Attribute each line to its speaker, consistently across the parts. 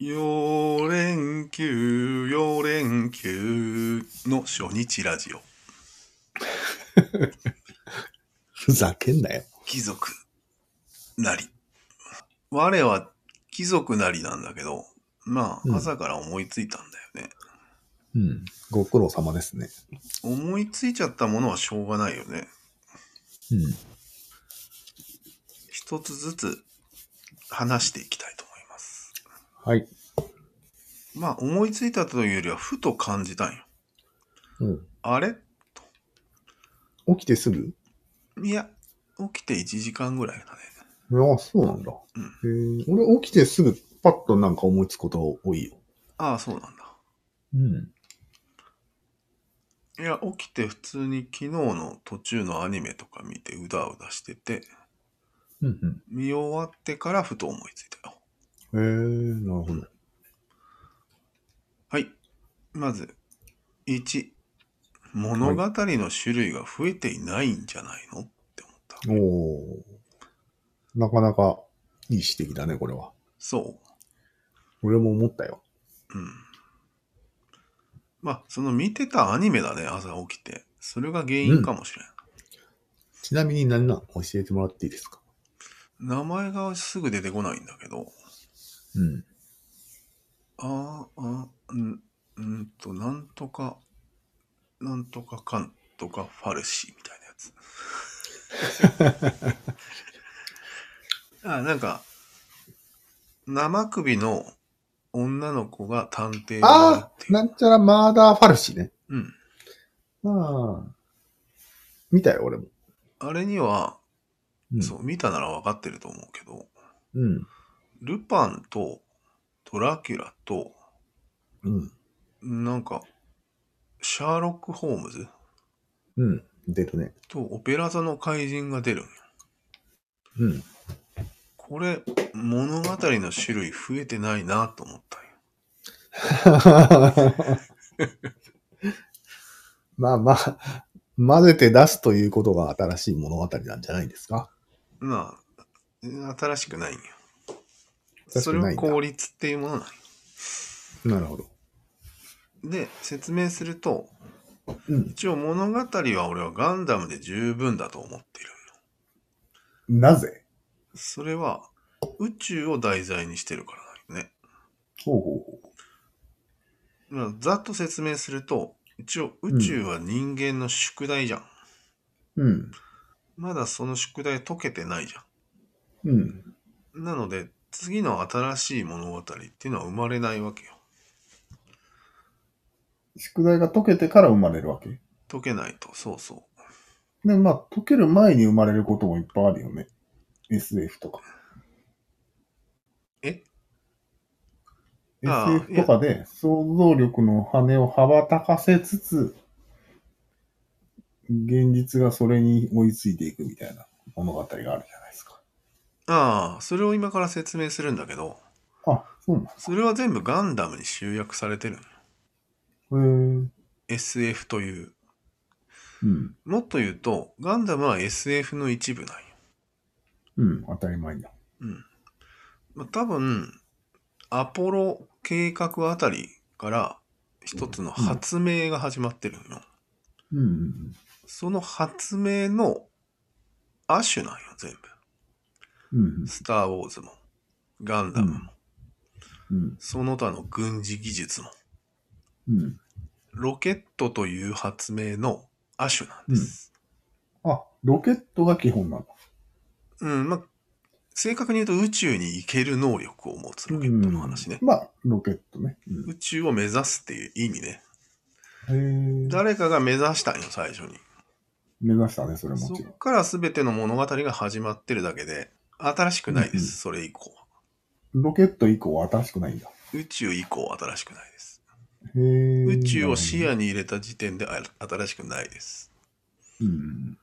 Speaker 1: 4連休、4連休の初日ラジオ。
Speaker 2: ふざけんなよ。
Speaker 1: 貴族なり。我は貴族なりなんだけど、ま
Speaker 2: うん
Speaker 1: あ、朝から思いついたんだよね。
Speaker 2: うん。ご苦労様ですね。
Speaker 1: 思いついちゃったものはしょうがないよね。
Speaker 2: うん。
Speaker 1: 一つずつ話していきたいと思います。
Speaker 2: はい。
Speaker 1: まあ、思いついたというよりは、ふと感じたんよ。
Speaker 2: うん。
Speaker 1: あれ
Speaker 2: 起きてすぐ
Speaker 1: いや、起きて1時間ぐらいだね。
Speaker 2: ああ、そうなんだ。へえ俺起きてすぐパッとなんか思いつくこと多いよ。
Speaker 1: ああ、そうなんだ。
Speaker 2: うん。
Speaker 1: いや、起きて普通に昨日の途中のアニメとか見てうだうだしてて、
Speaker 2: うん
Speaker 1: 見終わってからふと思いついたよ。
Speaker 2: うん。へえなるほど。
Speaker 1: はい。まず、1、物語の種類が増えていないんじゃないのって思った。
Speaker 2: おおー。なかなかいい指摘だね、これは。
Speaker 1: そ
Speaker 2: 俺も思ったよ。
Speaker 1: う。うん。まあ、その見てたアニメだね、朝起きて。それが原因かもしれん。
Speaker 2: ちなみに何なん教えてもらっていいですか
Speaker 1: 名前がすぐ出てこないんだけど、
Speaker 2: うん。
Speaker 1: あーあー、うん、うんと、なんとか、なんとかかんとかファルシーみたいなやつ。あー、なんか、生首の女の子が探偵をやる
Speaker 2: あ
Speaker 1: っ
Speaker 2: あ
Speaker 1: ていう。
Speaker 2: なんちゃらマーダーファルシね。
Speaker 1: うん。
Speaker 2: ああ。見たよ、俺も。
Speaker 1: あれには、
Speaker 2: うん。
Speaker 1: そう、見たならわかってると思うけど、
Speaker 2: うん。
Speaker 1: ルパンとドラキュラと、
Speaker 2: うん。
Speaker 1: なんか、シャーロック・ホームズ
Speaker 2: うん。出るね。
Speaker 1: とオペラ座の怪人が出るんよ
Speaker 2: うん。
Speaker 1: これ、物語の種類増えてないなと思ったんよ。
Speaker 2: まあまあ、混ぜて出すということが新しい物語なんじゃないですか。
Speaker 1: まあ、新しくないんよ。
Speaker 2: 新し
Speaker 1: そ
Speaker 2: く
Speaker 1: れ
Speaker 2: ない
Speaker 1: は
Speaker 2: んだ
Speaker 1: 効率っていうものなんよ。
Speaker 2: なるほど。
Speaker 1: で、説明すると、
Speaker 2: うん。
Speaker 1: 一応物語は俺はガンダムで十分だと思っているんよ。
Speaker 2: なぜ
Speaker 1: それは、宇宙を題材にしてるからなんよね。
Speaker 2: ほうほうほ
Speaker 1: まあざっと説明すると、一応宇宙は人間の宿題じゃん。
Speaker 2: う。うん。
Speaker 1: まだその宿題解けてないじゃん。
Speaker 2: うん。
Speaker 1: なので、次の新しい物語っていうのは生まれないわけよ。
Speaker 2: 宿題が解けてから生まれるわけ。
Speaker 1: 解けないと、そうそう。
Speaker 2: で、まあ、解ける前に生まれることもいっぱいあるよね。SF とか。
Speaker 1: えああ
Speaker 2: ?SF とかで想像力の羽を羽ばたかせつつ、現実がそれに追いついていくみたいな物語があるじゃないですか。
Speaker 1: ああ、それを今から説明するんだけど、
Speaker 2: あ、そうなん
Speaker 1: それは全部ガンダムに集約されてるのよ。
Speaker 2: へ
Speaker 1: SF という。
Speaker 2: え。うん。
Speaker 1: もっと言うと、ガンダムは SF の一部なんよ。
Speaker 2: うん。当たり前だ。
Speaker 1: うん。まあ、多分、アポロ計画あたりから一つの発明が始まってるのよ。
Speaker 2: うんうん
Speaker 1: その発明の亜種なんよ、全部。
Speaker 2: うん。うん
Speaker 1: スター・ウォーズも、ガンダムも、
Speaker 2: うん。
Speaker 1: その他の軍事技術も、
Speaker 2: うん。うん。
Speaker 1: ロケットという発明の亜種なんです。
Speaker 2: あ、ロケットが基本なんだ。
Speaker 1: うん、まあ、正確に言うと宇宙に行ける能力を持つロケットの話ね。
Speaker 2: うんまあ、ロケットね。うん
Speaker 1: 宇宙を目指すっていう意味ね。
Speaker 2: へえ。
Speaker 1: 誰かが目指したんよ、最初に。
Speaker 2: 目指したね、それも
Speaker 1: そ
Speaker 2: ちろん
Speaker 1: っ。から全ての物語が始まってるだけで、新しくないで
Speaker 2: うんうん
Speaker 1: す、それ以降は。
Speaker 2: ロケット以降は新しくないんだ。
Speaker 1: 宇宙以降は新しくないです。
Speaker 2: へえ。
Speaker 1: 宇宙を視
Speaker 2: なる
Speaker 1: 野に入れた時点であ新しくないです。
Speaker 2: ほど。うん。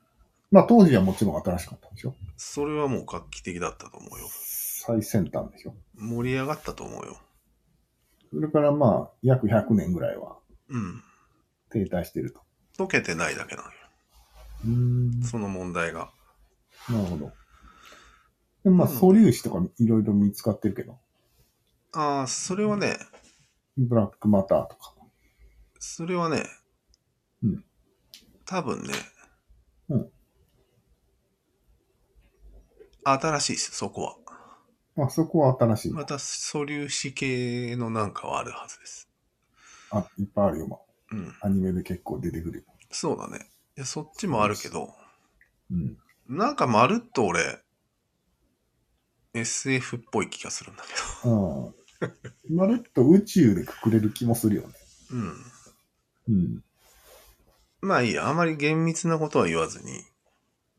Speaker 2: まあ、当時はもちろん新しかったでしょ。
Speaker 1: それはもう画期的だったと思うよ。
Speaker 2: 最先端でしょ。
Speaker 1: 盛り上がったと思うよ。
Speaker 2: それからまあ、約100年ぐらいは
Speaker 1: うん。
Speaker 2: 停滞してると。
Speaker 1: 解けてないだけなのよ。
Speaker 2: うーん。な
Speaker 1: その問題が。
Speaker 2: るほど。でまあ、
Speaker 1: うん
Speaker 2: 素粒子とかいろいろ見つかってるけど。
Speaker 1: ああ、それはね、
Speaker 2: ブラックマターとか。
Speaker 1: それはね、
Speaker 2: うん
Speaker 1: 多分ね、
Speaker 2: うん
Speaker 1: 新しいです、そこは。
Speaker 2: あそこは新しい。
Speaker 1: また素粒子系のなんかはあるはずです。
Speaker 2: あ、いっぱいあるよ。ま
Speaker 1: うん。
Speaker 2: あアニメで結構出てくるよ。
Speaker 1: そうだね。いや、そっちもあるけど、
Speaker 2: うん。
Speaker 1: なんかまるっと俺、SF っぽい気がするんだけ
Speaker 2: うん。まるっと宇宙でくくれる気もするよね。
Speaker 1: ど。うん。
Speaker 2: うん。
Speaker 1: まあいいや、あまり厳密なことは言わずに、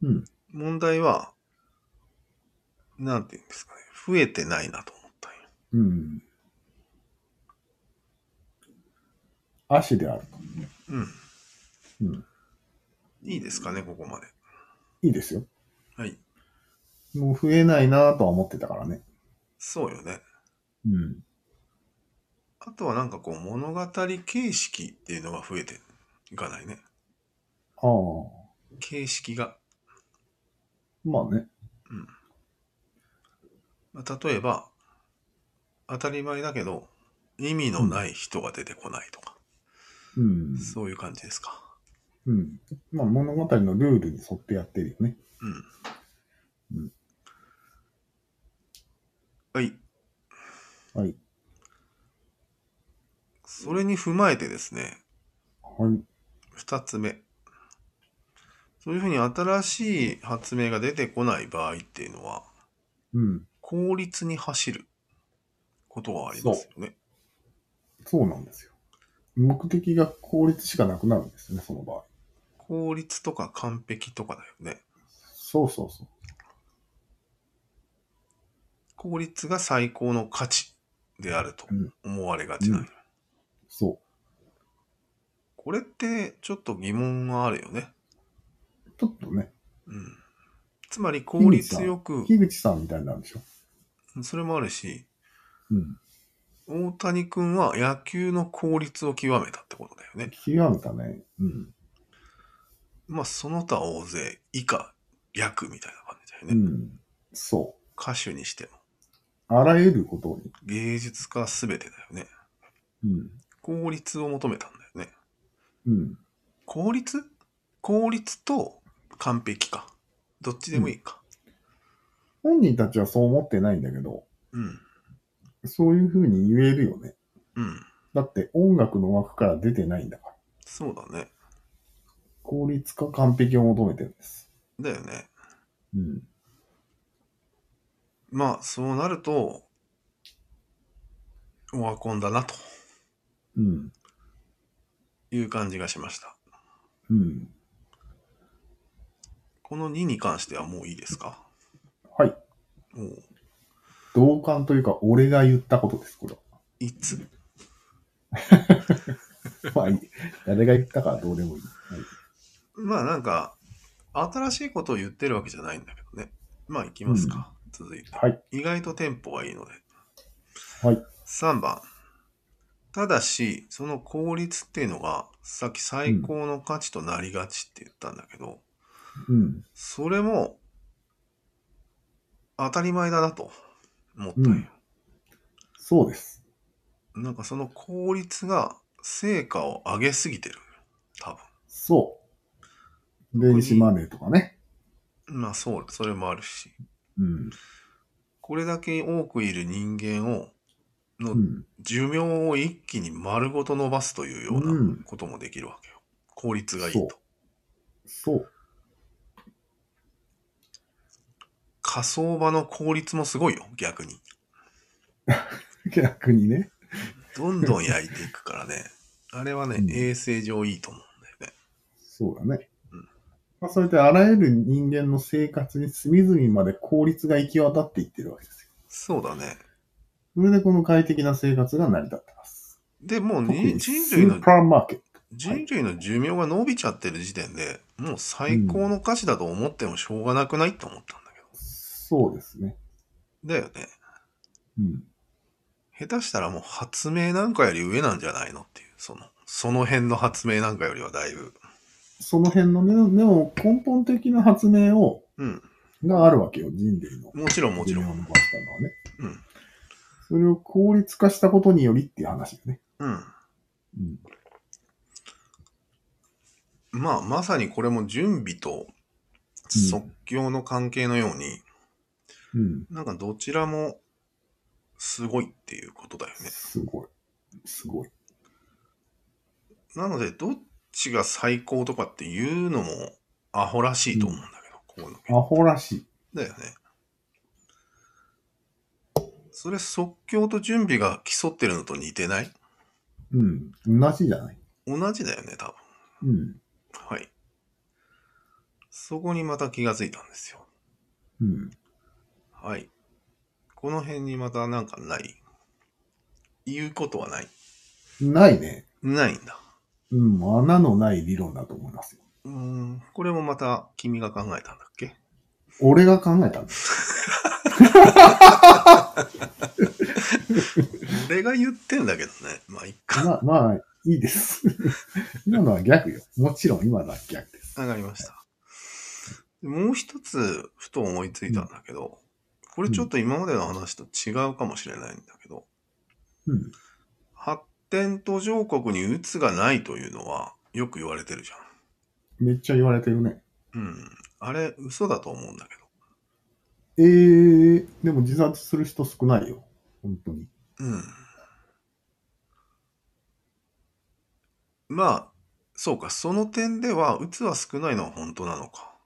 Speaker 2: うん。
Speaker 1: 問題は、なんて言うんですかね、増えてないなと思ったんよ
Speaker 2: うん。足であると。
Speaker 1: うん。
Speaker 2: うん。
Speaker 1: いいですかね、ここまで。
Speaker 2: いいですよ。
Speaker 1: はい。
Speaker 2: もう増えないなぁとは思ってたからね。
Speaker 1: そうよね。
Speaker 2: うん。
Speaker 1: あとはなんかこう、物語形式っていうのが増えていかないね。
Speaker 2: ああ。
Speaker 1: 形式が。
Speaker 2: まあね。
Speaker 1: まあ例えば、当たり前だけど、意味のない人が出てこないとか、
Speaker 2: うん。
Speaker 1: そういう感じですか。
Speaker 2: うん。まあ物語のルールに沿ってやってるよね。
Speaker 1: うん。
Speaker 2: うん
Speaker 1: はい。
Speaker 2: はい。
Speaker 1: それに踏まえてですね、
Speaker 2: はい。
Speaker 1: 二つ目。そういうふうに新しい発明が出てこない場合っていうのは、
Speaker 2: うん。
Speaker 1: 効率に走ることがありますよね。
Speaker 2: そうなんですよ。目的が効率しかなくなるんですよね、その場合。
Speaker 1: 効率とか完璧とかだよね。
Speaker 2: そうそうそう。
Speaker 1: 効率が最高の価値であると
Speaker 2: うん
Speaker 1: 思われがちなのよ、
Speaker 2: そ
Speaker 1: これってちょっと疑問があるよね。
Speaker 2: う。ちょっとね、
Speaker 1: うん。つまり効率よく、
Speaker 2: 樋口さんみたいになるでしょ。
Speaker 1: それもあるし、
Speaker 2: うん。
Speaker 1: 大谷君は野球の効率を極めたってことだよね。
Speaker 2: 極めたね。うん。
Speaker 1: まあ、その他大勢以下、約みたいな感じだよね。
Speaker 2: うん。そ
Speaker 1: 歌手にしても、
Speaker 2: う。あらゆることに。
Speaker 1: 芸術家すべてだよね。
Speaker 2: うん。
Speaker 1: 効率を求めたんだよね。
Speaker 2: うん。
Speaker 1: 効率効率と完璧か。どっちでもいいか。
Speaker 2: 本人たちはそう思ってないんだけど、
Speaker 1: うん。
Speaker 2: そういうふうに言えるよね。
Speaker 1: うん。
Speaker 2: だって音楽の枠から出てないんだから。
Speaker 1: そうだね。
Speaker 2: 効率か完璧を求めてるんです。
Speaker 1: だよね。
Speaker 2: うん。
Speaker 1: まあ、そうなると、オワコンだなと
Speaker 2: うん。
Speaker 1: いう感じがしました。
Speaker 2: うん。
Speaker 1: この2に関してはもういいですか
Speaker 2: はい。
Speaker 1: おう
Speaker 2: 同感というか、俺が言ったことです、これは。
Speaker 1: いつ
Speaker 2: まあいい。誰が言ったかどうでもいい。はい
Speaker 1: まあなんか、新しいことを言ってるわけじゃないんだけどね。まあ行きますか。続いて。
Speaker 2: はい。
Speaker 1: 意外とテンポがいいので。
Speaker 2: はい。
Speaker 1: 3番。ただし、その効率っていうのが、さっき最高の価値となりがちって言ったんだけど、
Speaker 2: うん。
Speaker 1: それも、当たり前だなと思ったんよ。
Speaker 2: そうです。
Speaker 1: なんかその効率が成果を上げすぎてる。多
Speaker 2: そう。電子マネーとかね。
Speaker 1: 分。まあそう、それもあるし。
Speaker 2: うん。
Speaker 1: これだけ多くいる人間を、の
Speaker 2: うん。
Speaker 1: 寿命を一気に丸ごと伸ばすというよう
Speaker 2: うん
Speaker 1: なこともできるわけよ。効率がいいと
Speaker 2: そう。そう。
Speaker 1: 仮想場の効率もすごいよ、逆に。
Speaker 2: 逆にね。
Speaker 1: どんどん焼いていくから ね。あれはね、
Speaker 2: うん
Speaker 1: 衛生上いいと思うんだよね。
Speaker 2: そうだね。
Speaker 1: うん
Speaker 2: まあ、そうやってあらゆる人間の生活に隅々まで効率が行き渡っていってるわけですよ。
Speaker 1: そうだね。
Speaker 2: それでこの快適な生活が成り立ってます。
Speaker 1: で、もう
Speaker 2: 特
Speaker 1: に
Speaker 2: に
Speaker 1: 人
Speaker 2: ス
Speaker 1: 類の
Speaker 2: ー、パーマーケット。
Speaker 1: 人類の寿命が伸びちゃってる時点で、もう最高の価値だと思ってもしょうがなくないって思ったんだけど。
Speaker 2: そうですね。
Speaker 1: だよね。
Speaker 2: うん。
Speaker 1: 下手したらもう発明なんかより上なんじゃないのっていう、その、その辺の発明なんかよりはだいぶ。
Speaker 2: その辺のね、でも根本的な発明を、
Speaker 1: うん。
Speaker 2: があるわけよ、人類の。
Speaker 1: もちろんもちろん。
Speaker 2: 寿命を伸ばしたのはね。
Speaker 1: うん。
Speaker 2: それを効率化したことによりっていう話だね。
Speaker 1: うん。
Speaker 2: うん。
Speaker 1: まあ、まさにこれも準備と即興の関係のように、
Speaker 2: うん。
Speaker 1: なんかどちらもすごいっていうことだよね。
Speaker 2: すごい。すごい。
Speaker 1: なので、どっちが最高とかっていうのもアホらしいと思うんだけど、こういう
Speaker 2: アホらしい。
Speaker 1: の。だよね。それ即興と準備が競ってるのと似てない
Speaker 2: うん。同じじゃない。
Speaker 1: 同じだよね、多分。
Speaker 2: うん。
Speaker 1: はい。そこにまた気がついたんですよ。
Speaker 2: うん。
Speaker 1: はい。この辺にまたなんかない言うことはない
Speaker 2: ないね。
Speaker 1: ないんだ。
Speaker 2: うん。穴のない理論だと思いますよ。
Speaker 1: うーん。これもまた君が考えたんだっけ
Speaker 2: 俺が考えたんです。
Speaker 1: 俺が言ってんだけどね。まあ、いっか。
Speaker 2: まあ、まあ、いいです。 今のは逆よ。もちろん今のは逆です。
Speaker 1: 上がりました。でもう一つ、ふと思いついたんだけど、これちょっと今までの話と違うかもしれないんだけど、
Speaker 2: うん。
Speaker 1: 発展途上国に鬱がないというのはよく言われてるじゃん。
Speaker 2: めっちゃ言われてるね。
Speaker 1: うん。あれ、嘘だと思うんだけ
Speaker 2: えー、でも自殺する人少ないよ。本当に。
Speaker 1: ど。うん。まあ、そうか、その点では、鬱は少ないのは本当なのか。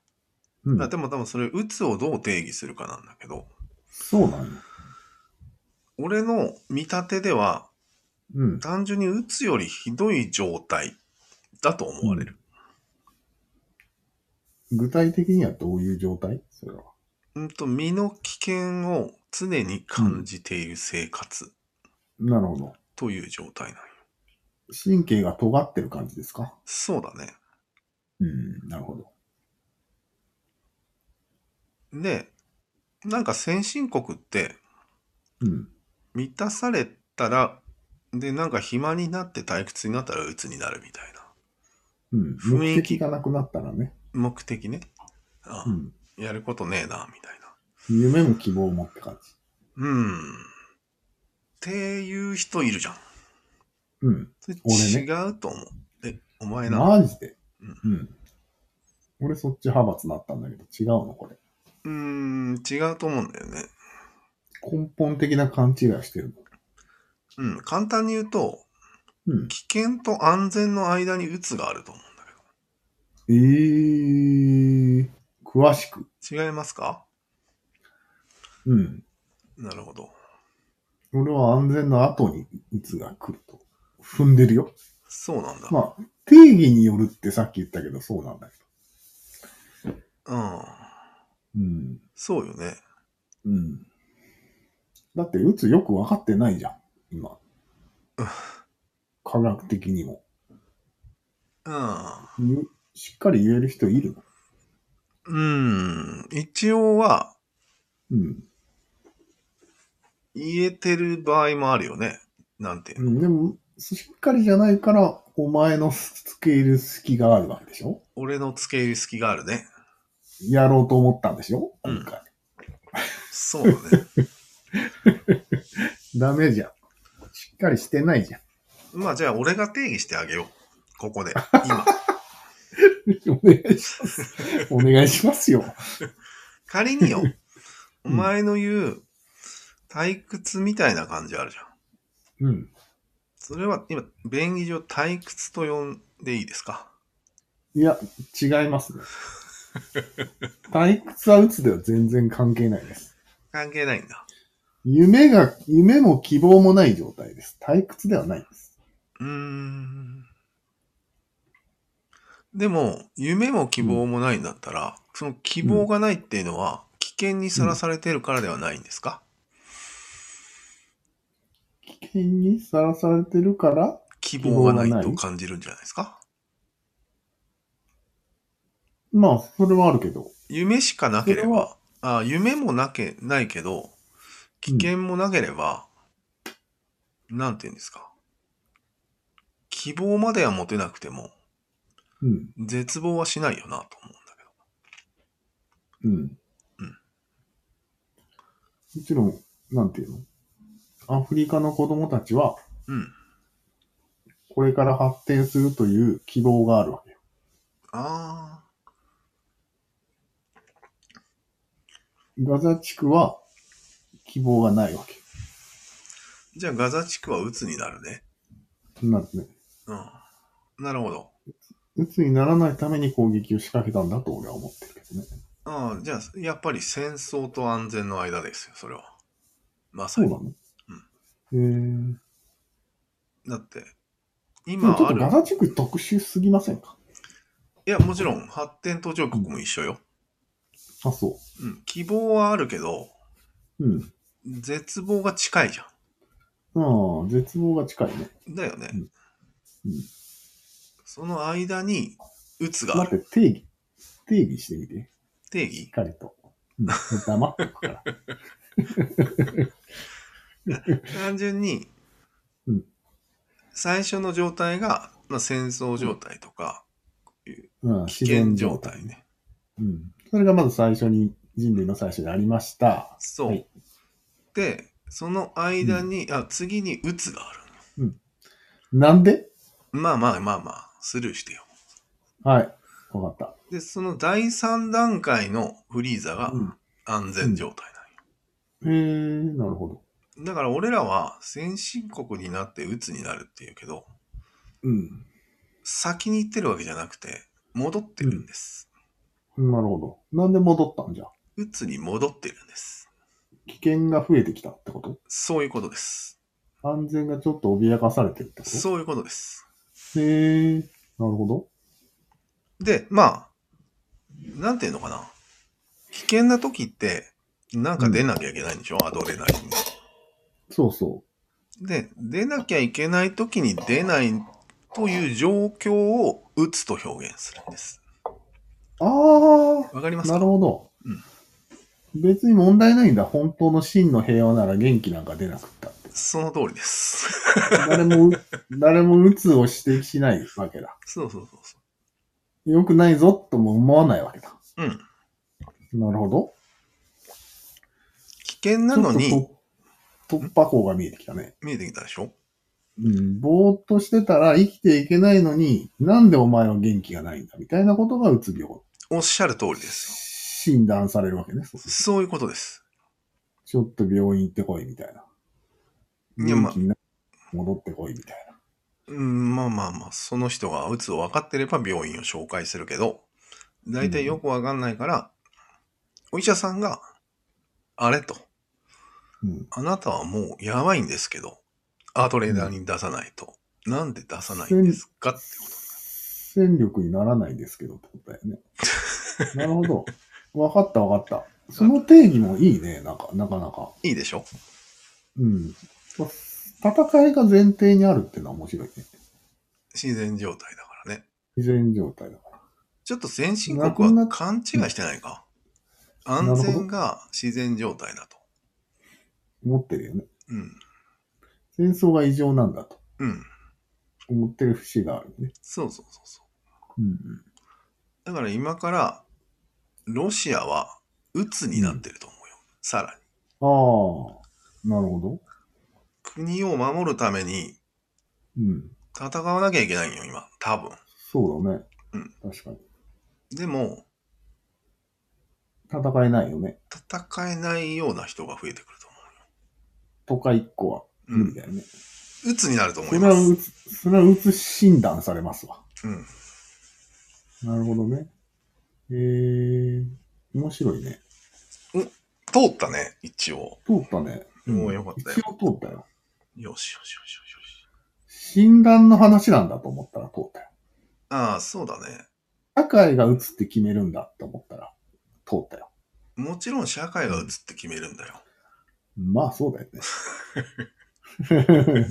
Speaker 2: うん
Speaker 1: あ。でも多分それ、鬱をどう定義するかなんだけど、
Speaker 2: そうなんよ。
Speaker 1: 俺の見立てでは、
Speaker 2: うん。
Speaker 1: 単純に鬱よりひどい状態だと思われる。
Speaker 2: 具体的にはどういう状態それは。
Speaker 1: うんと、身の危険を常に感じている生活
Speaker 2: なるほど。
Speaker 1: という状態なんよ。
Speaker 2: 神経が尖ってる感じですか
Speaker 1: そうだね。
Speaker 2: うん。なるほど。
Speaker 1: で、なんか先進国って、
Speaker 2: うん。
Speaker 1: 満たされたらでなんか暇になって退屈になったら鬱になるみたいな
Speaker 2: う
Speaker 1: 雰
Speaker 2: ん。目
Speaker 1: 囲気
Speaker 2: 的がなくなったらね。
Speaker 1: 目的ねあ、
Speaker 2: うん。
Speaker 1: やることねえなみたいな
Speaker 2: 夢も希望もって感じ。
Speaker 1: うんっていう人いるじゃん
Speaker 2: うん。
Speaker 1: それ
Speaker 2: 俺ね
Speaker 1: 違うと思う、えお前な
Speaker 2: マジで
Speaker 1: うん
Speaker 2: うん。俺そっち派閥だったんだけど、違うのこれ。
Speaker 1: うーん違うと思うんだよね
Speaker 2: 根本的な勘違いをしてる
Speaker 1: うん簡単に言うと
Speaker 2: の。うん。
Speaker 1: 危険と安全の間に鬱があると思うんだ
Speaker 2: えー、詳しく。
Speaker 1: けど違いますか
Speaker 2: うん。
Speaker 1: なるほど
Speaker 2: 俺は安全の後に鬱が来ると。踏んでるよ。
Speaker 1: そうなんだ、
Speaker 2: まあ、定義によるってさっき言ったけど、そうなんだけ
Speaker 1: うん
Speaker 2: ど。うん。
Speaker 1: そうよね
Speaker 2: うん。だって、鬱よく分かってないじゃん、今
Speaker 1: うん。
Speaker 2: 科学的にも。
Speaker 1: うん
Speaker 2: ゆしっかり言える人いるの
Speaker 1: うん。一応は
Speaker 2: うん。
Speaker 1: 言えてる場合もあるよね。なんていう
Speaker 2: う
Speaker 1: の。
Speaker 2: ん、でも、しっかりじゃないから、お前の つけ入る隙があるわけでしょ
Speaker 1: 俺の付け入り隙があるね。
Speaker 2: やろうと思ったんでしょ
Speaker 1: うん
Speaker 2: 今回。
Speaker 1: そうだ ね。
Speaker 2: ダメじゃん。しっかりしてないじゃん。
Speaker 1: まあじゃあ俺が定義してあげよう。ここで。今。
Speaker 2: お願いします。お願いしますよ。
Speaker 1: 仮によ。お
Speaker 2: うん
Speaker 1: 前の言う退屈みたいな感じあるじゃん。
Speaker 2: うん。
Speaker 1: それは今、便宜上退屈と呼んでいいですか
Speaker 2: いや、違いま すね。退屈は鬱では全然関係ないです。
Speaker 1: 関係ないんだ。
Speaker 2: 夢が、夢も希望もない状態です。退屈ではないです。
Speaker 1: うーん。でも、夢も希望もないんだったら、その希望がないっていうのは、危険にさらされてるからではないんですか、
Speaker 2: 危険にさらされてるから、
Speaker 1: 希望が
Speaker 2: 希望
Speaker 1: な
Speaker 2: が
Speaker 1: い
Speaker 2: な
Speaker 1: と
Speaker 2: い
Speaker 1: 感じるんじゃないですか
Speaker 2: まあ、それはあるけど。
Speaker 1: 夢しかなけれ
Speaker 2: それ
Speaker 1: ば
Speaker 2: は、
Speaker 1: あ夢もなけ、ないけど、危険もなければ、なんて言うんですか。希望までは持てなくても、
Speaker 2: うん。
Speaker 1: 絶望はしないよなと思うんだけど。
Speaker 2: うん。もちろん、なんていうのアフリカの子供たちは、
Speaker 1: うん。
Speaker 2: これから発展するという希望があるわけよ。
Speaker 1: あ
Speaker 2: ガザ地区は、希望がないわけ。
Speaker 1: ー。じゃあガザ地区は鬱になるね。
Speaker 2: なんでね。
Speaker 1: うん。なるほど。
Speaker 2: 鬱にならないために攻撃を仕掛けたんだと俺は思ってるけどね。
Speaker 1: ああ、じゃあ、やっぱり戦争と安全の間ですよ、それは。まさ
Speaker 2: そう
Speaker 1: に。
Speaker 2: なのうん。へえ。
Speaker 1: だって、
Speaker 2: で
Speaker 1: 今
Speaker 2: もちょっ
Speaker 1: あ
Speaker 2: と
Speaker 1: る
Speaker 2: ガ。ザ地区特殊すぎませんか
Speaker 1: いや、もちろん、発展途上国も一緒よ。
Speaker 2: あ、そ
Speaker 1: うん。希望はあるけど、
Speaker 2: う。うん。
Speaker 1: 絶望が近いじゃ
Speaker 2: ああ、絶望が近いね。
Speaker 1: ん。だよね。
Speaker 2: うんうん
Speaker 1: その間に、鬱があ
Speaker 2: 待
Speaker 1: る。
Speaker 2: って、定義。定義してみて。
Speaker 1: 定
Speaker 2: しっ
Speaker 1: 義
Speaker 2: かりと。うん黙っておくから。
Speaker 1: 単純に
Speaker 2: うん、
Speaker 1: 最初の状態が、まあ、戦争状態とか、
Speaker 2: うん、
Speaker 1: 危険状態。ね。
Speaker 2: うん。それがまず最初に、人類の最初にありました。
Speaker 1: そう。
Speaker 2: はい
Speaker 1: で、その間に、あ、次に鬱がある。
Speaker 2: なんで
Speaker 1: まあまあまあまあ、スルーしてよ。
Speaker 2: はい。わかっ
Speaker 1: で、その第3段階のフリーザ
Speaker 2: た。
Speaker 1: が
Speaker 2: うん。
Speaker 1: 安全状態なんよ。
Speaker 2: へえ、なるほど。
Speaker 1: だから俺らは先進国になって鬱になるっていうけど、
Speaker 2: うん。
Speaker 1: 先に行ってるわけじゃなくて、戻ってるんです。
Speaker 2: なるほど。なんで戻ったんじゃ
Speaker 1: 鬱に戻ってるんです。
Speaker 2: 危険が増えてきたってこと
Speaker 1: そういうことです。
Speaker 2: 安全がちょっと脅かされてるってこと
Speaker 1: そういうことです。
Speaker 2: へえ、なるほど。
Speaker 1: で、まあ、なんていうのかな。危険な時って、なんか出なきゃいけないんでしょ、アドレナリンが。
Speaker 2: そうそ
Speaker 1: で、出なきゃいけない時に出ないという状況を打つと表現するんです。
Speaker 2: う。あ
Speaker 1: わかりま
Speaker 2: あ、
Speaker 1: す
Speaker 2: な
Speaker 1: か
Speaker 2: るほど。別に問題ないんだ。本当の真の平和なら元気なんか出なくった。
Speaker 1: その通りです。
Speaker 2: 誰も、 誰も鬱を指摘しないわけだ。
Speaker 1: そうそうそうそ
Speaker 2: 良くないぞとも思わないわけだ。
Speaker 1: う。うん。
Speaker 2: なるほど。
Speaker 1: 危険なの
Speaker 2: ちょっ
Speaker 1: に
Speaker 2: と突突破口が見えてきたね。
Speaker 1: 見えてきたでしょ
Speaker 2: うん、ぼーっとしてたら生きていけないのに、なんでお前は元気がないんだみたいなことがうつ病。
Speaker 1: おっしゃる通りですよ。
Speaker 2: 診断されるわけね。そうそう
Speaker 1: そういうことです。
Speaker 2: ちょっと病院行ってこいみたいな。
Speaker 1: いやま
Speaker 2: 元気にな戻ってこいみたいな。
Speaker 1: うん、まあまあまあ、その人が鬱を分かってれば病院を紹介するけど、大体よくわかんないから、お医者さんが、あれと、
Speaker 2: うん。
Speaker 1: あなたはもうやばいんですけど、アドレナリン出さないと、なんで出さないんですかってこと。
Speaker 2: 戦力にならないですけどってことだよね。 なるほど。わかったわかった。その定義もいいね。なんか、なかなか。
Speaker 1: いいでしょ
Speaker 2: うん。戦いが前提にあるってのは面白いね。
Speaker 1: 自然状態だからね。
Speaker 2: 自然状態だか
Speaker 1: ちょっと先進国は勘違いしてないか。安全が自然状態だと。
Speaker 2: ら。思ってるよね。
Speaker 1: うん。
Speaker 2: 戦争が異常なんだと
Speaker 1: うん。
Speaker 2: 思ってる節があるよね。
Speaker 1: そうそうそうそう。
Speaker 2: うん。
Speaker 1: だから今から、ロシアは鬱になってると思うよ。さらに。
Speaker 2: ああ、なるほど。
Speaker 1: 国を守るために
Speaker 2: うん。
Speaker 1: 戦わなきゃいけないんよ、今。多分。
Speaker 2: そうだね。
Speaker 1: うん
Speaker 2: 確かに。
Speaker 1: でも、
Speaker 2: 戦えないよね。
Speaker 1: 戦えないような人が増えてくると思
Speaker 2: 都会一個は
Speaker 1: うよ。
Speaker 2: 無理だよね。
Speaker 1: うん。鬱になると思
Speaker 2: そ
Speaker 1: い
Speaker 2: れ
Speaker 1: ま
Speaker 2: は
Speaker 1: す
Speaker 2: う。つ、それはうつ診断されますわ。
Speaker 1: うん。
Speaker 2: なるほどね。えー、面白いね。
Speaker 1: 通ったね、一応。
Speaker 2: 通ったね。
Speaker 1: もうよかったよ
Speaker 2: 一応通った
Speaker 1: よ
Speaker 2: よ。
Speaker 1: しよしよしよしよし。
Speaker 2: 診断の話なんだと思ったら通ったよ。
Speaker 1: ああ、そうだね。
Speaker 2: 社会が打つって決めるんだと思ったら通ったよ。
Speaker 1: もちろん社会が鬱って決めるんだよ。
Speaker 2: まあそうだよね。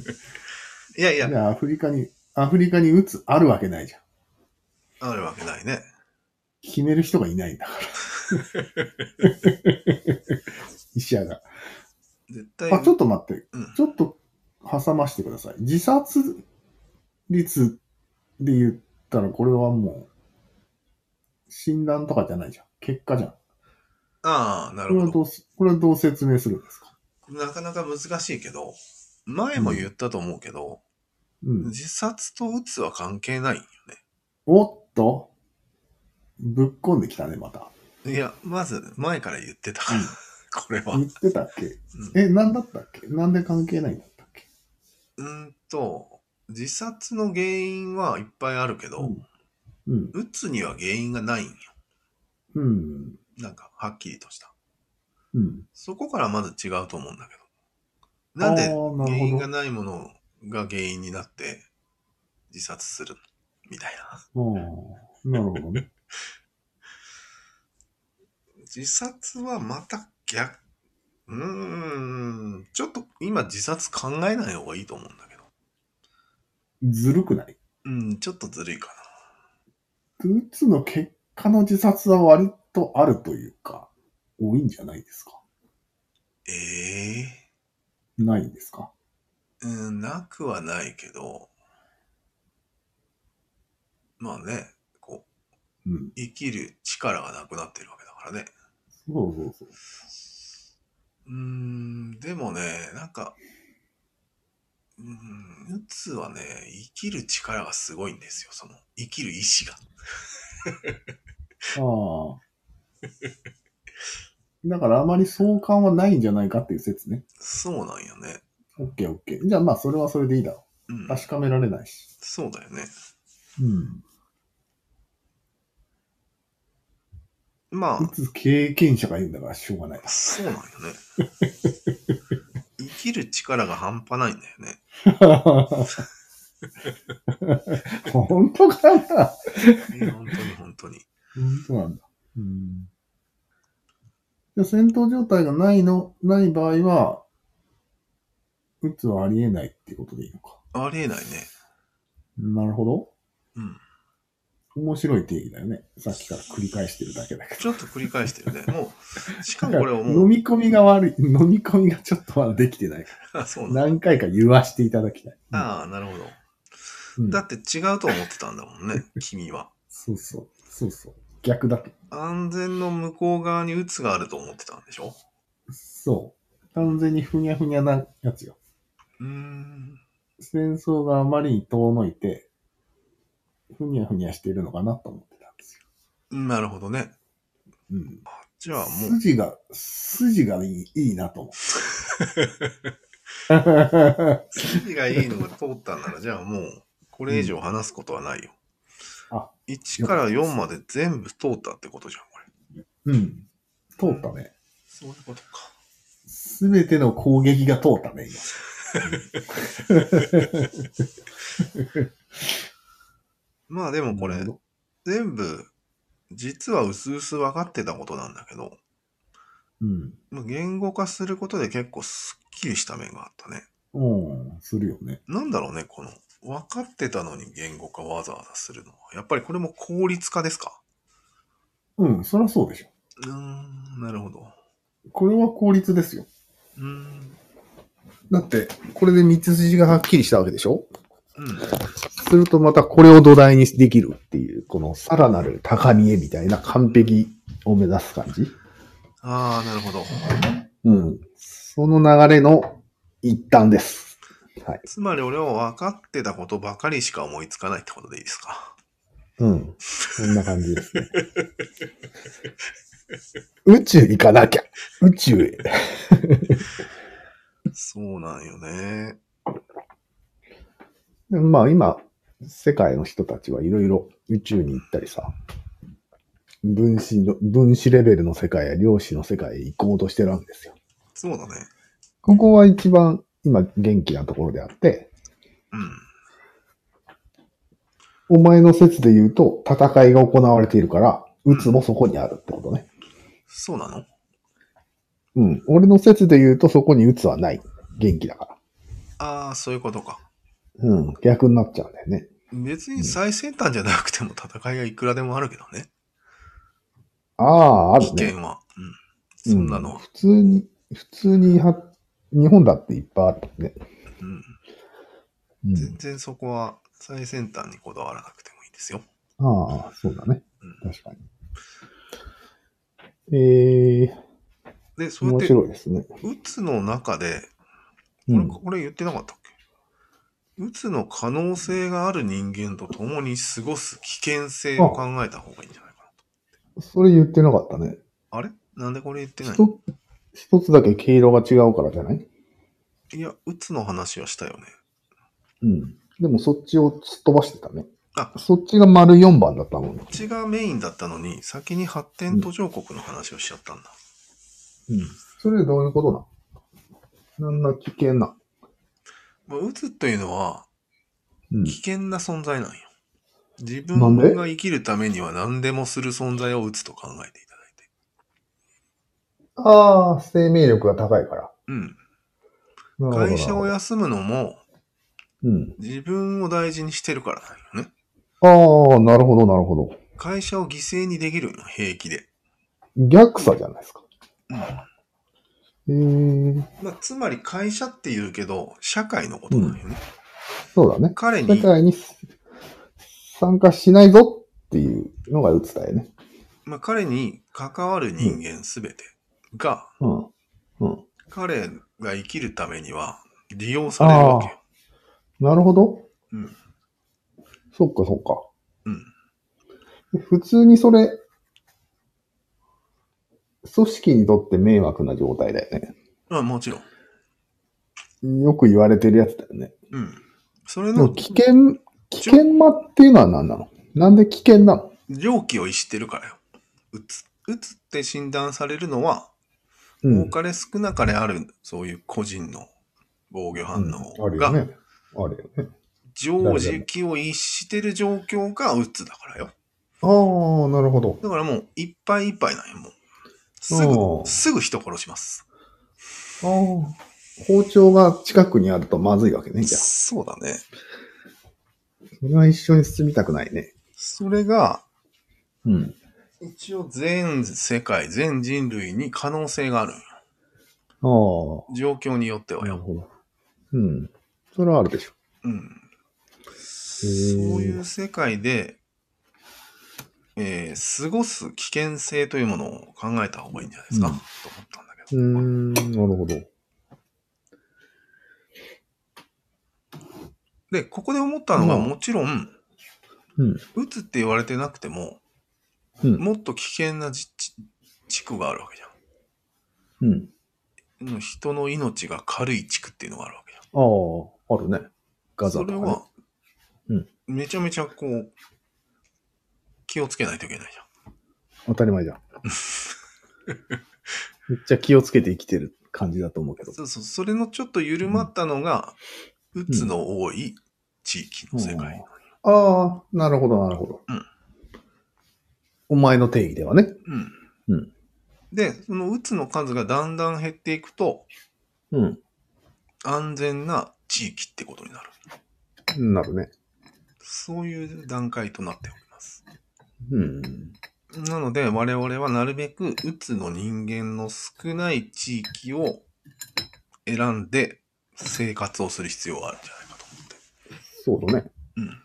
Speaker 1: いやい
Speaker 2: い
Speaker 1: や、
Speaker 2: や、アフリカに、アフリカに打つあるわけないじゃん。
Speaker 1: あるわけないね。
Speaker 2: 決める人がいないんだから。 医者が。
Speaker 1: 絶対。
Speaker 2: あ、ちょっと待って
Speaker 1: うん。
Speaker 2: ちょっと挟ましてください。自殺率で言ったら、これはもう、診断とかじゃないじゃん。結果じゃん。
Speaker 1: ああ、な
Speaker 2: こ
Speaker 1: る
Speaker 2: れ
Speaker 1: ほ
Speaker 2: は
Speaker 1: ど。
Speaker 2: どうす、これはどう説明するんですか
Speaker 1: なかなか難しいけど、前も言ったと思うけど、
Speaker 2: うん。
Speaker 1: 自殺とうつは関係ないよ
Speaker 2: おっとぶっこんできたね、また。
Speaker 1: ね。いや、まず前から言ってた。
Speaker 2: うん
Speaker 1: これは。う
Speaker 2: 言ってたっけ
Speaker 1: ん
Speaker 2: え、なんだったっけなんで関係ないんだったっけ
Speaker 1: うーんと、自殺の原因はいっぱいあるけど、
Speaker 2: うんうん。
Speaker 1: うつには原因がないんよ。
Speaker 2: うん。
Speaker 1: なんか、はっきりとした。
Speaker 2: うん。
Speaker 1: そこからまず違うと思うんだけど。なん
Speaker 2: あ
Speaker 1: で
Speaker 2: ーな
Speaker 1: 原
Speaker 2: る
Speaker 1: 因
Speaker 2: ほ
Speaker 1: が
Speaker 2: ど
Speaker 1: ないものが原因になって自殺するみたいな。
Speaker 2: あー。なるほどね。
Speaker 1: 自殺はまた逆、うーん、ちょっと今自殺考えない方がいいと思うんだけど。
Speaker 2: ずるくない
Speaker 1: うん、ちょっとずるいか
Speaker 2: うつの結果の自殺は割とあるというか、多いんじゃないですか。
Speaker 1: な。ええ
Speaker 2: ないんですか。
Speaker 1: うん、なくはないけど、まあね、こう、
Speaker 2: うん。
Speaker 1: 生きる力がなくなってるわけだからね。
Speaker 2: そうそうそう。
Speaker 1: うーん、でもね、なんか、うーん、うつはね、生きる力がすごいんですよ、その、生きる意志が。
Speaker 2: ああ。 だからあまり相関はないんじゃないかっていう説ね。
Speaker 1: そうなんよね。
Speaker 2: オッケーオッケー。じゃあまあそれはそれでいいだろ
Speaker 1: うん
Speaker 2: う。。確かめられないし。
Speaker 1: そうだよね。
Speaker 2: うん。
Speaker 1: ま
Speaker 2: うつ経験者が言うんだからしょう がない
Speaker 1: あ、。そうなんよね。生きる力が半端ないんだよね。
Speaker 2: 本当かな本
Speaker 1: いや本当に本当に。
Speaker 2: 当なんだ。うん。じゃあ戦闘状態がないの、ない場合は、うつはありえないっていうことでいいのか。
Speaker 1: ありえないね。
Speaker 2: なるほど。
Speaker 1: うん。
Speaker 2: 面白い定義だよね。さっきから繰り返してるだけだけど。
Speaker 1: ちょっと繰り返してるね。もう、しかもこれをも
Speaker 2: 飲
Speaker 1: う、
Speaker 2: み込みが悪い。飲み込みがちょっとまだできてないから。
Speaker 1: あ、そうなん
Speaker 2: 何回か言わしていただきたい。
Speaker 1: ああ、なるほど。
Speaker 2: うん
Speaker 1: だって違うと思ってたんだもんね、君は。
Speaker 2: そうそう。そうそう。逆だと。
Speaker 1: 安全の向こう側に鬱があると思ってたんでしょ
Speaker 2: そう。完全にふにゃふにゃなやつよ。
Speaker 1: うーん。
Speaker 2: 戦争があまりに遠のいて、ふにゃふにゃしてるのかなと思ってたんですよ。
Speaker 1: なるほどね。
Speaker 2: うん。
Speaker 1: じゃあもう、
Speaker 2: 筋が、筋がいいいいなと思って。
Speaker 1: 筋がいいのが通ったんなら、じゃあもう、これ以上話すことはないよ。
Speaker 2: うんあ
Speaker 1: 1から4まで全部通ったってことじゃん、これ。
Speaker 2: うん。通ったね。
Speaker 1: そういうことか。
Speaker 2: すべての攻撃が通ったね、
Speaker 1: まあでも
Speaker 2: 今。
Speaker 1: これ、全部、実は薄々分かってたことなんだけど、
Speaker 2: うん。
Speaker 1: まあ言語化することで結構スッキリした面があったね。
Speaker 2: うん、するよね。
Speaker 1: なんだろうね、この、分かってたのに言語化わざわざするのは。やっぱりこれも効率化ですか
Speaker 2: うん、そりゃそうでしょ。
Speaker 1: うーん、なるほど。
Speaker 2: これは効率ですよ。
Speaker 1: うーん。
Speaker 2: だって、これで道筋がはっきりしたわけでしょ
Speaker 1: うん。
Speaker 2: するとまたこれを土台にできるっていう、このさらなる高みへみたいな完璧を目指す感じ。
Speaker 1: ああ、なるほど。
Speaker 2: うん。その流れの一端です。はい。
Speaker 1: つまり俺は分かってたことばかりしか思いつかないってことでいいですか。
Speaker 2: うん。そんな感じですね。宇宙行かなきゃ。宇宙へ。
Speaker 1: そうなんよね。
Speaker 2: まあ今、世界の人たちはいろいろ宇宙に行ったりさ、分子の、分子レベルの世界や量子の世界へ行こうとしてるわけですよ。
Speaker 1: そうだね。
Speaker 2: ここは一番今元気なところであって、
Speaker 1: うん。
Speaker 2: お前の説で言うと戦いが行われているから、鬱もそこにあるってことね。
Speaker 1: そうなの
Speaker 2: うん。俺の説で言うとそこに鬱はない。元気だか
Speaker 1: ああ、そういうことか。
Speaker 2: ら。うん。逆になっちゃうんだよね。
Speaker 1: 別に最先端じゃなくても戦いがいくらでもあるけどね。
Speaker 2: ああ、あ
Speaker 1: 危
Speaker 2: るね。
Speaker 1: 険は。う
Speaker 2: うん
Speaker 1: ん。そんなの。
Speaker 2: 普通に、普通には、日本だっていっぱいあるね。
Speaker 1: うん。
Speaker 2: う
Speaker 1: 全
Speaker 2: ん。
Speaker 1: 然そこは最先端にこだわらなくてもいいですよ。
Speaker 2: ああ、そうだね
Speaker 1: う。ん
Speaker 2: 確かに。えー、
Speaker 1: で、そうやって、
Speaker 2: 面白いですね。
Speaker 1: うつの中で、こ
Speaker 2: う
Speaker 1: れ、
Speaker 2: ん。
Speaker 1: これ言ってなかったっけうつの可能性がある人間と共に過ごす危険性を考えた方がいいんじゃないか
Speaker 2: それ言ってなかったね。
Speaker 1: な。あれなんでこれ言ってない
Speaker 2: 一つ一つだけ毛色が違うからじゃない
Speaker 1: いや、うつの話はしたよね。
Speaker 2: うん。でもそっちをすっ飛ばしてたね。
Speaker 1: あ
Speaker 2: そっちが丸4番だったもんね
Speaker 1: こ。っちがメインだったのに、先に発展途上国の話をしちゃったんだ。
Speaker 2: うん。それどういうことななんな危険な。
Speaker 1: まあ、うつというのは
Speaker 2: うん
Speaker 1: 危。険な存在なんよ。自
Speaker 2: なんで
Speaker 1: 分が生きるためには何でもする存在をうつと考えていただいて。
Speaker 2: ああ、生命力が高いから。
Speaker 1: うん。
Speaker 2: なるほどなる
Speaker 1: 会
Speaker 2: ほど
Speaker 1: 社を休むのも
Speaker 2: うん。
Speaker 1: 自分を大事にしてるからなんよね。
Speaker 2: ああ、なるほど、なるほど。
Speaker 1: 会社を犠牲にできるの、平気で。
Speaker 2: 逆さじゃないですか。
Speaker 1: うん
Speaker 2: へえ、
Speaker 1: まあ、つまり会社って言うけど、社会のことなんよね。
Speaker 2: そうだね。
Speaker 1: 彼
Speaker 2: 世
Speaker 1: に、
Speaker 2: 界に参加しないぞっていうのが打つだよね。
Speaker 1: まあ、彼に関わる人間すべてが、
Speaker 2: うん。うん。
Speaker 1: 彼が生きるためには利用されるわけよ。
Speaker 2: なるほど。
Speaker 1: うん。
Speaker 2: そっかそっ
Speaker 1: うん。
Speaker 2: か。普通にそれ、組織にとって迷惑な状態だよ
Speaker 1: まあ、もちろん。
Speaker 2: ね。よく言われてるやつだよね。
Speaker 1: うん。それ
Speaker 2: でも
Speaker 1: の
Speaker 2: 危険、危険間っていうのは何なのなんで危険なの
Speaker 1: 常軌を逸してるからよ。うつ。うつって診断されるのは、
Speaker 2: うん。
Speaker 1: 多かれ少なかれある、そういう個人の防御反
Speaker 2: う
Speaker 1: 応
Speaker 2: んあるよ
Speaker 1: が、
Speaker 2: ね。あるよね。
Speaker 1: 常時気を逸してる状況がうつだからよ。
Speaker 2: ああ、なるほど。
Speaker 1: だからもう、いっぱいいっぱいなんよ、もう。す
Speaker 2: お
Speaker 1: ぐ、
Speaker 2: ー
Speaker 1: すぐ人殺します。
Speaker 2: ああ。包丁が近くにあるとまずいわけね、じゃあ。
Speaker 1: そうだね。
Speaker 2: それは一緒に進みたくないね。
Speaker 1: それが、
Speaker 2: うん。
Speaker 1: 一応全世界、全人類に可能性があるんよ。
Speaker 2: ああ。
Speaker 1: 状況によっては
Speaker 2: なる
Speaker 1: よ。
Speaker 2: ほど。うん。それはあるでしょ。
Speaker 1: うん。そういう世界で、えー過ごす危険性というものを考えた方がいいんじゃないですか、
Speaker 2: うん
Speaker 1: と思ったんだけ
Speaker 2: うー
Speaker 1: ど。
Speaker 2: ん、なるほど。
Speaker 1: で、ここで思ったのが、
Speaker 2: うん
Speaker 1: もちろん、
Speaker 2: うん。
Speaker 1: うつって言われてなくても、
Speaker 2: うん
Speaker 1: もっと危険なじち地区があるわけじゃん。
Speaker 2: うん。
Speaker 1: の人の命が軽い地区っていうのがあるわけじゃん。
Speaker 2: ああ、あるね。ガザ
Speaker 1: そ
Speaker 2: とか、
Speaker 1: れ
Speaker 2: ね。
Speaker 1: は、
Speaker 2: うん
Speaker 1: めちゃめちゃこう、気をつけないといけないじ
Speaker 2: 当たり前じゃ ん。めっちゃ気をつけて生きてる感じだと思うけ
Speaker 1: ゃ
Speaker 2: ど
Speaker 1: ん。。そうそう、それのちょっと緩まったのが、うつの多い地域の世界。
Speaker 2: ああ、なるほど、なるほど。
Speaker 1: うん
Speaker 2: お前の定義ではね。
Speaker 1: うん。
Speaker 2: うん
Speaker 1: で、そのうつの数がだんだん減っていくと、
Speaker 2: うん。
Speaker 1: 安全な地域ってことになる。
Speaker 2: なるね。
Speaker 1: そういう段階となっております。
Speaker 2: うん。
Speaker 1: なので、我々はなるべく、うつの人間の少ない地域を選んで生活をする必要があるんじゃないかと思って。
Speaker 2: そうだね。
Speaker 1: うん。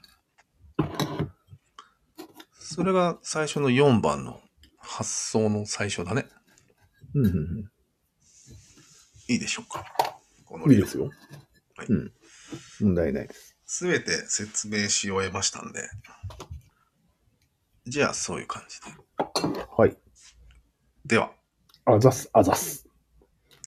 Speaker 1: それが最初の4番の発想の最初だね。
Speaker 2: うんうんうん。
Speaker 1: いいでしょうか。この
Speaker 2: いいですよ。
Speaker 1: はい
Speaker 2: うん。問題ないです。
Speaker 1: すべて説明し終えましたんで。じゃあ、そういう感じで。
Speaker 2: はい。
Speaker 1: では。
Speaker 2: あざっす、あざっす。